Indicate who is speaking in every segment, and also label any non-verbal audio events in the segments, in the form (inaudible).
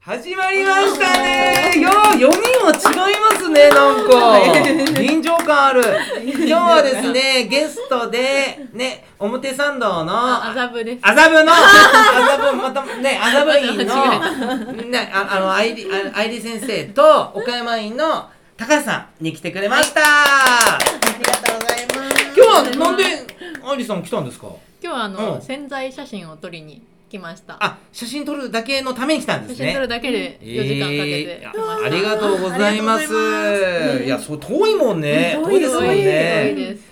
Speaker 1: 始まりました
Speaker 2: (laughs)
Speaker 1: ねよー4人は違いますねなん
Speaker 2: (laughs)
Speaker 1: か臨場感ある今日はですねゲストでね表参道の
Speaker 3: 麻布です。
Speaker 1: 麻
Speaker 2: (laughs)
Speaker 1: 布の麻布またね麻布院の
Speaker 2: (laughs)
Speaker 1: ねああの愛理あ愛理先生と岡山院の高橋さんに来てくれました、
Speaker 2: ありがとうございます。
Speaker 1: 今日はなんで愛理さん来たんですか
Speaker 3: 今日はあの、
Speaker 1: うん
Speaker 3: 潜在写真を撮りに来ました。
Speaker 1: あ写真撮るだけのために来たんで
Speaker 3: 写
Speaker 1: すね
Speaker 3: 真撮るだけで4時間かけて
Speaker 1: えー
Speaker 3: 来まし
Speaker 1: あ
Speaker 3: た。
Speaker 1: ありがとうございます。いや、そう遠いもんね。遠いですもん
Speaker 3: 遠い
Speaker 1: ね。
Speaker 3: 遠いです。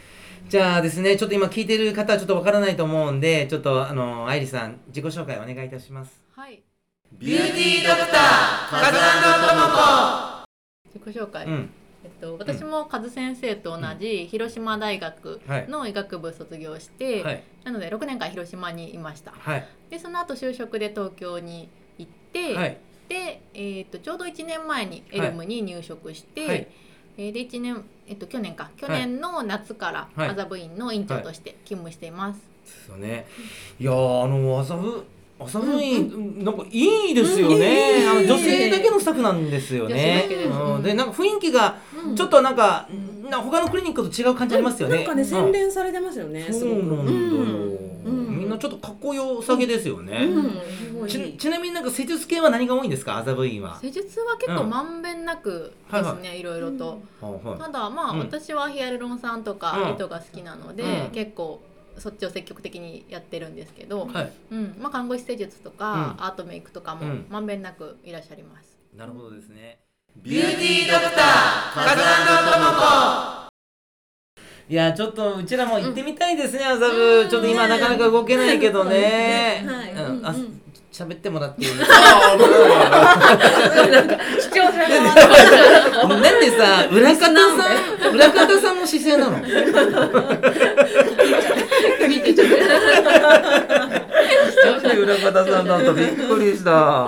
Speaker 1: じゃあですね、ちょっと今聞いてる方はちょっとわからないと思うんで、ちょっとあの愛理さん自己紹介お願いいたします。
Speaker 3: はい。
Speaker 1: ビューティードクター風間
Speaker 3: 自己紹介。
Speaker 1: 智子。うん。
Speaker 3: えっと私もカズ先生と同じ広島大学の医学部卒業して、
Speaker 1: はい
Speaker 3: なので6年間広島にいました。
Speaker 1: はい
Speaker 3: でその後就職で東京に行って、
Speaker 1: はい
Speaker 3: でえーっとちょうど1年前にエルムに入職して。
Speaker 1: はい
Speaker 3: えーで1年、えっと、去年か去年の夏から
Speaker 1: はい
Speaker 3: 麻布院の院長として勤務しています、
Speaker 1: ですよね。いやーあの麻布麻布院なんかいいですよね。あの女性だけのスタッフなんですよ
Speaker 3: 女性
Speaker 1: ね
Speaker 3: だけです。
Speaker 1: うんでなんか雰囲気が
Speaker 3: うん
Speaker 1: ちょっとなんかな他のクリニックと違う感じありますよね。
Speaker 2: なんかね、
Speaker 1: う
Speaker 2: 洗練されてますよね。す
Speaker 1: そう
Speaker 2: ご
Speaker 1: な
Speaker 2: く
Speaker 1: んだよ、
Speaker 2: うん
Speaker 1: みんなちょっとかっこよさげですよね、
Speaker 2: うんすごい
Speaker 1: ちなちなみになんか施術系は何が多いんですか麻布院は、
Speaker 3: 施術は結構まんべんなくですね、
Speaker 1: うんはい
Speaker 3: いろいろと、
Speaker 1: は
Speaker 3: ただまあ、
Speaker 1: うん
Speaker 3: 私はヒアルロン酸と
Speaker 1: うん
Speaker 3: か糸が好きなので、
Speaker 1: うん
Speaker 3: 結構そっちを積極的にやってるんですけ
Speaker 1: い
Speaker 3: ど、
Speaker 1: はい、
Speaker 3: うんまあ、看護師施術とか、
Speaker 1: う
Speaker 3: アートメイクとか
Speaker 1: う
Speaker 3: も
Speaker 1: ん
Speaker 3: まんべんなくいらっしゃいます、
Speaker 1: なるほどですね
Speaker 4: ビューティードクター風間
Speaker 1: いやちょっとうちらも行ってみたいですね麻
Speaker 3: う
Speaker 1: 布
Speaker 3: ん
Speaker 1: ちょっと今なかなか動けないけどね
Speaker 2: そうですねはい
Speaker 1: うんあ
Speaker 2: うんうん
Speaker 1: 喋ってもらっていいですか (laughs)
Speaker 2: 視聴者側
Speaker 1: なんでさ裏方さん裏方さんの姿勢なのなんで裏方さんだったびっくりした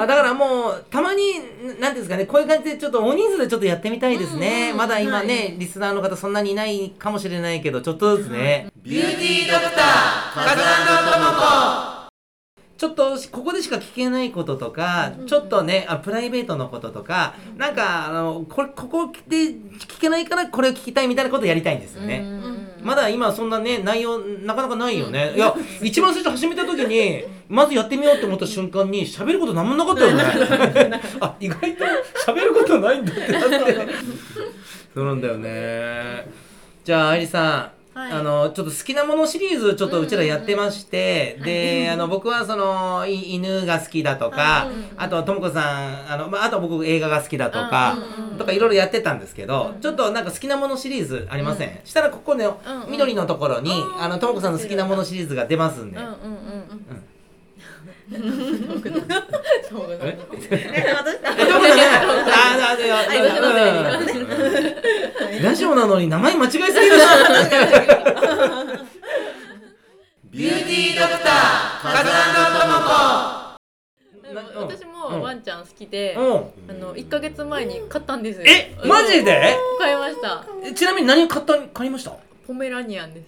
Speaker 1: あだからもうたまに何ですかねこういう感じでちょっと大人数でちょっとやってみたいですね、まだ今ね、リスナーの方そんなにいないかもしれないけどちょっとずつね、
Speaker 4: ビューティードクター風間智
Speaker 1: ちょっとここでしか聞けないこととか、ちょっとねあプライベートのこととか、なんかあのこれここで聞けないからこれを聞きたいみたいなことやりたいんですよね、
Speaker 3: うん
Speaker 1: まだ今そんなね内容なかなかないよね、いや一番最初始めた時
Speaker 3: (laughs)
Speaker 1: にまずやってみようと思った瞬間に喋ること何もなかったよ
Speaker 3: (laughs)
Speaker 1: ねあ意外と喋ることないんだってなってそうなんだよねじゃあ愛理さん、
Speaker 3: はい
Speaker 1: あのちょっと好きなものシリーズちょっとうちらやってまして、であの僕はそのい犬が好きだとか、あとともこさんあの、まあ、あと僕映画が好きだとか、とかいろいろやってたんですけど、ちょっとなんか好きなものシリーズありません、したらここの
Speaker 3: うんうん
Speaker 1: 緑のところに、
Speaker 3: うん
Speaker 1: あのともこさんの好きなものシリーズが出ますんで、
Speaker 3: うんうんうんうん
Speaker 1: (laughs) え
Speaker 2: 私
Speaker 1: えともこさんねああああうんラジオなのに名前間違えすぎでし
Speaker 4: 子ビューティードクター風間智子
Speaker 3: でも
Speaker 1: ょ
Speaker 3: 私もワンちゃん好きで、
Speaker 1: うんうん
Speaker 3: あの1か月前に買ったんですよ
Speaker 1: えマジで
Speaker 3: 買いました
Speaker 1: えちなみに何買った買いました
Speaker 3: ポメラニアンです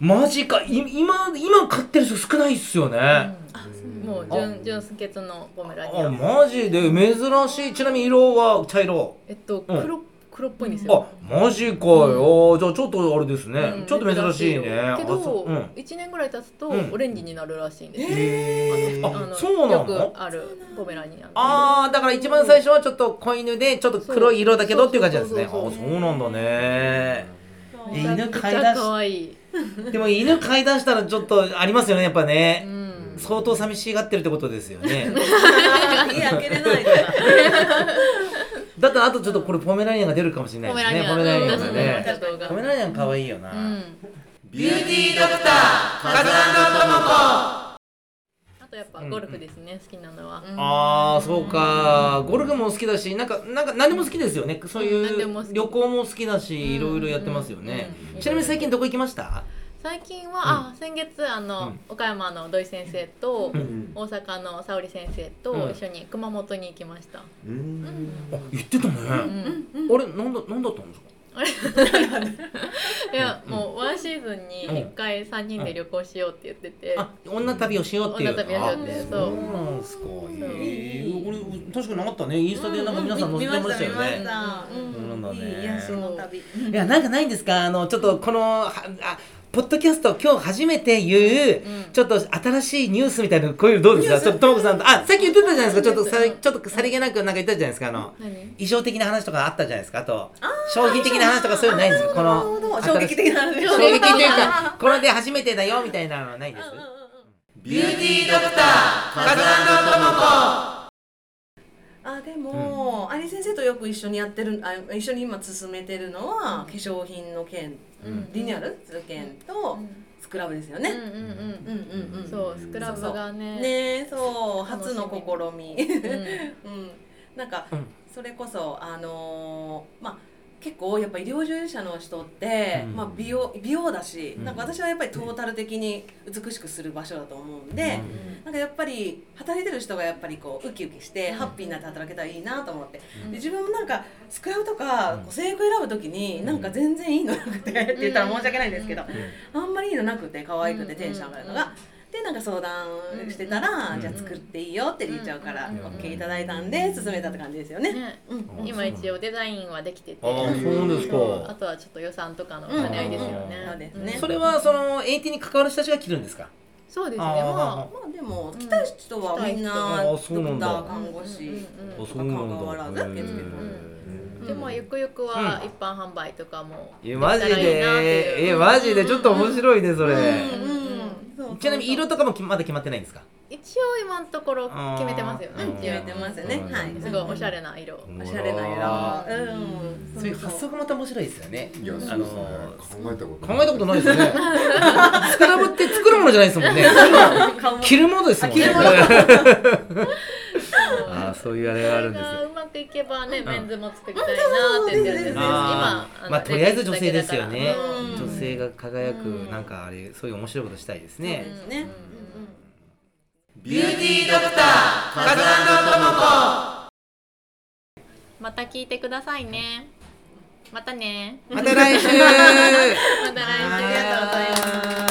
Speaker 1: マジかい今今買ってる人少ないっすよね、
Speaker 3: もう純純潔のポメラニア
Speaker 1: あ
Speaker 3: ン。
Speaker 1: マジで珍しいちなみに色は茶色
Speaker 3: えっ
Speaker 1: う
Speaker 3: と
Speaker 1: ん
Speaker 3: 黒黒っぽいんです
Speaker 1: あ
Speaker 3: よ。
Speaker 1: マジかよ、じゃあちょっとあれですね、
Speaker 3: うん
Speaker 1: ちょっと珍しいね
Speaker 3: け
Speaker 1: あそう
Speaker 3: ど
Speaker 1: うん、
Speaker 3: 一年ぐらい経つと
Speaker 1: うん
Speaker 3: オレンジになるらしいんですよ。
Speaker 1: え
Speaker 3: あ
Speaker 1: ー、あ
Speaker 3: の
Speaker 1: そうな
Speaker 3: よ
Speaker 1: の
Speaker 3: くあるポメラニアン。
Speaker 1: あーだから一番最初はちょっと子犬でちょっと黒い色だけどっていう感じなんですねあ
Speaker 3: そうそうそうそう
Speaker 1: そうなんだね
Speaker 3: めちゃ
Speaker 1: 犬
Speaker 3: く
Speaker 1: 飼い
Speaker 3: ち
Speaker 1: 出
Speaker 3: ゃ
Speaker 1: し
Speaker 3: 可愛い。
Speaker 1: でも犬飼い出したらちょっとありますよねやっぱ
Speaker 3: う
Speaker 1: ね、
Speaker 3: ん。
Speaker 1: 相当寂しがってるってことですよね
Speaker 2: (laughs) 家開けれないから。
Speaker 1: だったらあとちょっとこれポメラニアンが出るかもしれない
Speaker 3: ポ
Speaker 1: で
Speaker 3: メ
Speaker 1: す
Speaker 3: ラニ
Speaker 1: ね
Speaker 3: ア
Speaker 1: ポメラニア
Speaker 3: ン。
Speaker 1: ン
Speaker 3: 出
Speaker 1: が
Speaker 3: してみまし
Speaker 1: ね
Speaker 3: た動画
Speaker 1: ポメラニアン可愛いよな、
Speaker 3: うん。
Speaker 4: ビューティードクター風間智子
Speaker 3: あとやっぱゴルフですね。好きなのは。
Speaker 1: ああそうかゴルフも好きだしなんかなんか何も好きですよねそうい
Speaker 3: 何でも
Speaker 1: う
Speaker 3: 好き
Speaker 1: 旅行も好きだし、
Speaker 3: ん
Speaker 1: いろいろやってますよね、
Speaker 3: うん
Speaker 1: ちなみに最近どこ行きました
Speaker 3: 最近は、あ先月あの、
Speaker 1: うん
Speaker 3: 岡山の土井先生と、
Speaker 1: ん
Speaker 3: 大阪の沙織先生と一緒に熊本に行きました、
Speaker 1: あ行ってたね、
Speaker 3: うん
Speaker 1: あれなんだなんだったんですか
Speaker 3: (laughs) いや、もうワンシーズンに一回三人で旅行しようって言ってて、
Speaker 1: あ女旅をしようっていう
Speaker 3: 女旅をしようって
Speaker 1: あ
Speaker 3: そう
Speaker 1: そうなんですか
Speaker 3: そう
Speaker 1: えー俺確かになかったねインスタでなんか皆さん載せてましたよ
Speaker 2: 見ました見
Speaker 1: ね
Speaker 2: ました
Speaker 3: うん
Speaker 1: そうなんだ
Speaker 2: いい
Speaker 1: ね
Speaker 2: 癒しの旅
Speaker 1: いやなんかないんですかあのちょっとこのはあポッドキャスト今日初めて言う、
Speaker 3: うん
Speaker 1: ちょっと新しいニュースみたいなのこういうのどうですかちょっとともこさんとあさっき言ってたじゃないですかちょっとさちょっとさりげなくなんか言ったじゃないですかあの
Speaker 3: 何？
Speaker 1: 衣装的な話とかあったじゃないですかあと商品的な話とかそういうのないんですかこ
Speaker 2: なる
Speaker 1: の
Speaker 2: ほ
Speaker 1: 新
Speaker 2: ど
Speaker 1: しい
Speaker 2: 衝撃的な話
Speaker 1: 衝撃というかこれで初めてだよみたいなのはないんです
Speaker 4: ビューティードクター風間智子
Speaker 2: (laughs) あでも、アリ先生とよく一緒にやってるあ一緒に今進めてるのは、化粧品の件、
Speaker 3: うん
Speaker 2: リニューアルする件と、スクラブですよね、
Speaker 3: うんうん
Speaker 2: うん、うんうん
Speaker 3: うん。そうスクラブがね。
Speaker 2: ねえそう
Speaker 3: 楽し
Speaker 2: 初
Speaker 3: み
Speaker 2: の試み
Speaker 3: うん
Speaker 2: うんなんか、
Speaker 1: うん
Speaker 2: それこそあのーまあ結構やっぱ医療従事者の人って、
Speaker 1: うん
Speaker 2: まあ、美容美容だし、
Speaker 1: うん
Speaker 2: なんか私はやっぱりトータル的に美しくする場所だと思うんで、なんかやっぱり働いてる人がやっぱりこうウキウキして
Speaker 3: うん
Speaker 2: ハッピーになって働けたらいいなと思って、
Speaker 3: うん
Speaker 2: で自分もなんかスクラブとか
Speaker 1: うん
Speaker 2: こう制服選ぶ時になんか全然いいのなくてって言ったら申し訳ないんですけど、あんまりいいのなくて可愛くてテンション上がるのが。
Speaker 3: うんうん
Speaker 2: でなんか相談してたら、
Speaker 1: うん
Speaker 2: じゃあ作っていいよってりーちゃんから
Speaker 3: うん
Speaker 1: うん
Speaker 2: OK いただいたんで進めたって感じですよね。
Speaker 3: ね。
Speaker 2: うん
Speaker 1: うん
Speaker 3: 今一応デザインはできてて。
Speaker 1: あーそうですか
Speaker 3: そうあとはちょっと予算とかの兼ね合いですよね
Speaker 2: うん。そうですね
Speaker 1: それはその AT に関わる人たちが着るんですか
Speaker 3: そうですね。
Speaker 1: あー
Speaker 3: ま
Speaker 2: まあでも来た人はみんな
Speaker 1: うん
Speaker 2: ド
Speaker 1: あそうな
Speaker 2: ク
Speaker 1: ん
Speaker 2: タ
Speaker 1: だ
Speaker 2: ー看護師
Speaker 3: うんうんうん
Speaker 2: とか関わらず受け
Speaker 1: へ
Speaker 2: 付けて
Speaker 3: うん
Speaker 2: る。
Speaker 3: あ
Speaker 1: ー
Speaker 3: でもゆくゆくは
Speaker 1: うん
Speaker 3: 一般販売とかも。
Speaker 1: えマジ
Speaker 3: できたらいいなって
Speaker 1: で
Speaker 3: いう
Speaker 1: えマジでちょっと面白いねそれ、
Speaker 2: うんうんそうそう
Speaker 1: ちなみに色とかもきまだ決まってないんですか
Speaker 3: 一応今のところ決めてますよね。
Speaker 1: うん
Speaker 3: 一応
Speaker 2: 決めてますね。は
Speaker 1: う
Speaker 2: い。
Speaker 1: ん
Speaker 3: すごいおしゃれな色。
Speaker 2: おしゃれな色。うん。
Speaker 1: そういう発想がまた面白いですよね
Speaker 4: いや、
Speaker 1: あ
Speaker 4: そう
Speaker 1: の
Speaker 4: ですね考えたこと
Speaker 1: 考えたことないですよねスクラブって作るものじゃないですもんね
Speaker 2: 顔も
Speaker 1: 着るものですもんね
Speaker 2: あ着る
Speaker 3: そう
Speaker 1: (laughs) あーそういうあれがあるんです
Speaker 3: それ
Speaker 1: ね
Speaker 3: がうまくいけばね、
Speaker 1: ん
Speaker 3: メンズも作りたいなって言ってるんですけど、今
Speaker 1: あー、まあとりあえず女性ですよね
Speaker 2: うん
Speaker 1: 女性が輝く
Speaker 2: うん
Speaker 1: なんかあれそういう面白いことしたいですね
Speaker 2: そうですね。
Speaker 4: ビューティードクター風間智子
Speaker 3: また聞いてくださいね。またね。
Speaker 1: また来週
Speaker 3: また来週ありがとうございます。